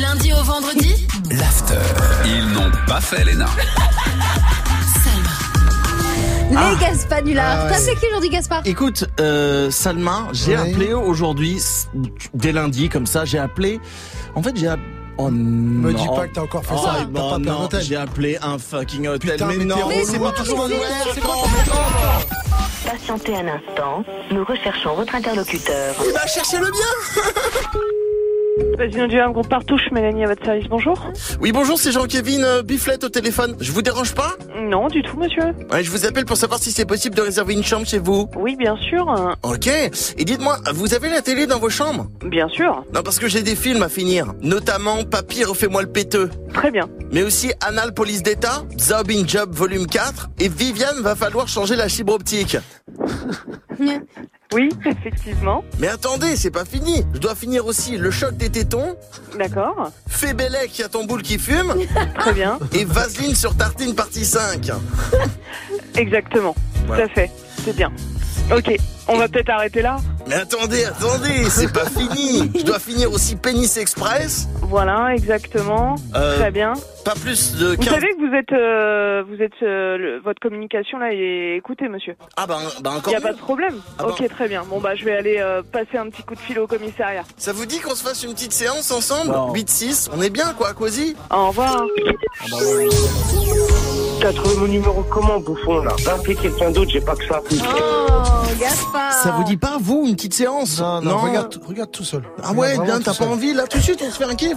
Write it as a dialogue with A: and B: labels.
A: lundi au vendredi
B: L'after. Ils n'ont pas fait l'ENA.
C: Les Gaspanulars. T'as fait qui aujourd'hui, Gaspard
D: Écoute, euh, Salma,
E: Ouais.
D: j'ai appelé aujourd'hui, s- dès lundi, comme ça, j'ai appelé. En fait, j'ai appelé. Oh non.
E: Me dis pas que t'as encore fait
D: Oh,
E: ça, t'as
D: non,
E: pas pris un
D: non,
E: hôtel.
D: J'ai appelé un fucking hôtel.
E: Putain,
D: mais,
E: mais
D: non,
E: t'es relou,
D: c'est pas
E: hein,
D: toujours un
E: mais
D: hôtel.
E: c'est
D: c'est
E: pas-
D: pas-
F: Patientez un instant, nous recherchons votre interlocuteur.
D: Il va chercher le bien.
G: Président du Havre, groupe Partouche, Mélanie à votre service, bonjour.
D: Oui, bonjour, c'est Jean-Kevin euh, Bifflette au téléphone. Je vous dérange pas
G: Non, du tout, monsieur.
D: Ouais, Je vous appelle pour savoir si c'est possible de réserver une chambre chez vous.
G: Oui, bien sûr, hein,
D: Ok. Et dites-moi, vous avez la télé dans vos chambres
G: bien sûr.
D: Non, parce que j'ai des films à finir. Notamment Papy, refais-moi le péteux.
G: Très bien.
D: mais aussi Anal Police d'État, Zob in Job volume 4 et Viviane va falloir changer la fibre optique.
G: Oui, effectivement.
D: Mais attendez, c'est pas fini. Je dois finir aussi le choc des tétons,
G: D'accord.
D: Fébélec, y a ton boule qui fume
G: Très bien.
D: et Vaseline sur tartine partie 5.
G: Exactement.
D: Voilà.
G: Tout à fait. C'est bien. Ok, on va peut-être arrêter là.
D: Mais attendez, attendez, c'est pas fini. Je dois finir aussi Pénis Express,
G: Voilà, exactement.
D: Euh,
G: Très bien.
D: pas plus de
G: Vous
D: 15.
G: savez que vous êtes, euh, vous êtes, euh, le- votre communication là est écoutée, monsieur.
D: Ah bah, bah
G: Il
D: encore
G: n'y a
D: mieux.
G: pas de problème.
D: Ah
G: ok, très bien. Bon bah, je vais aller euh, passer un petit coup de fil au commissariat.
D: Ça vous dit qu'on se fasse une petite séance ensemble 8-6, on est bien quoi, Cozy
G: Au revoir.
H: T'as trouvé euh, mon numéro comment, bouffon, là Va appeler quelqu'un d'autre, j'ai pas que ça.
C: Oh, Gaspard.
D: pas, vous, une petite séance
E: Non, non, regarde, regarde tout seul.
D: Ah ouais,
E: Regarde
D: bien,
E: vraiment
D: t'as
E: tout
D: pas
E: seul.
D: envie Là, tout de suite, on se fait un kiff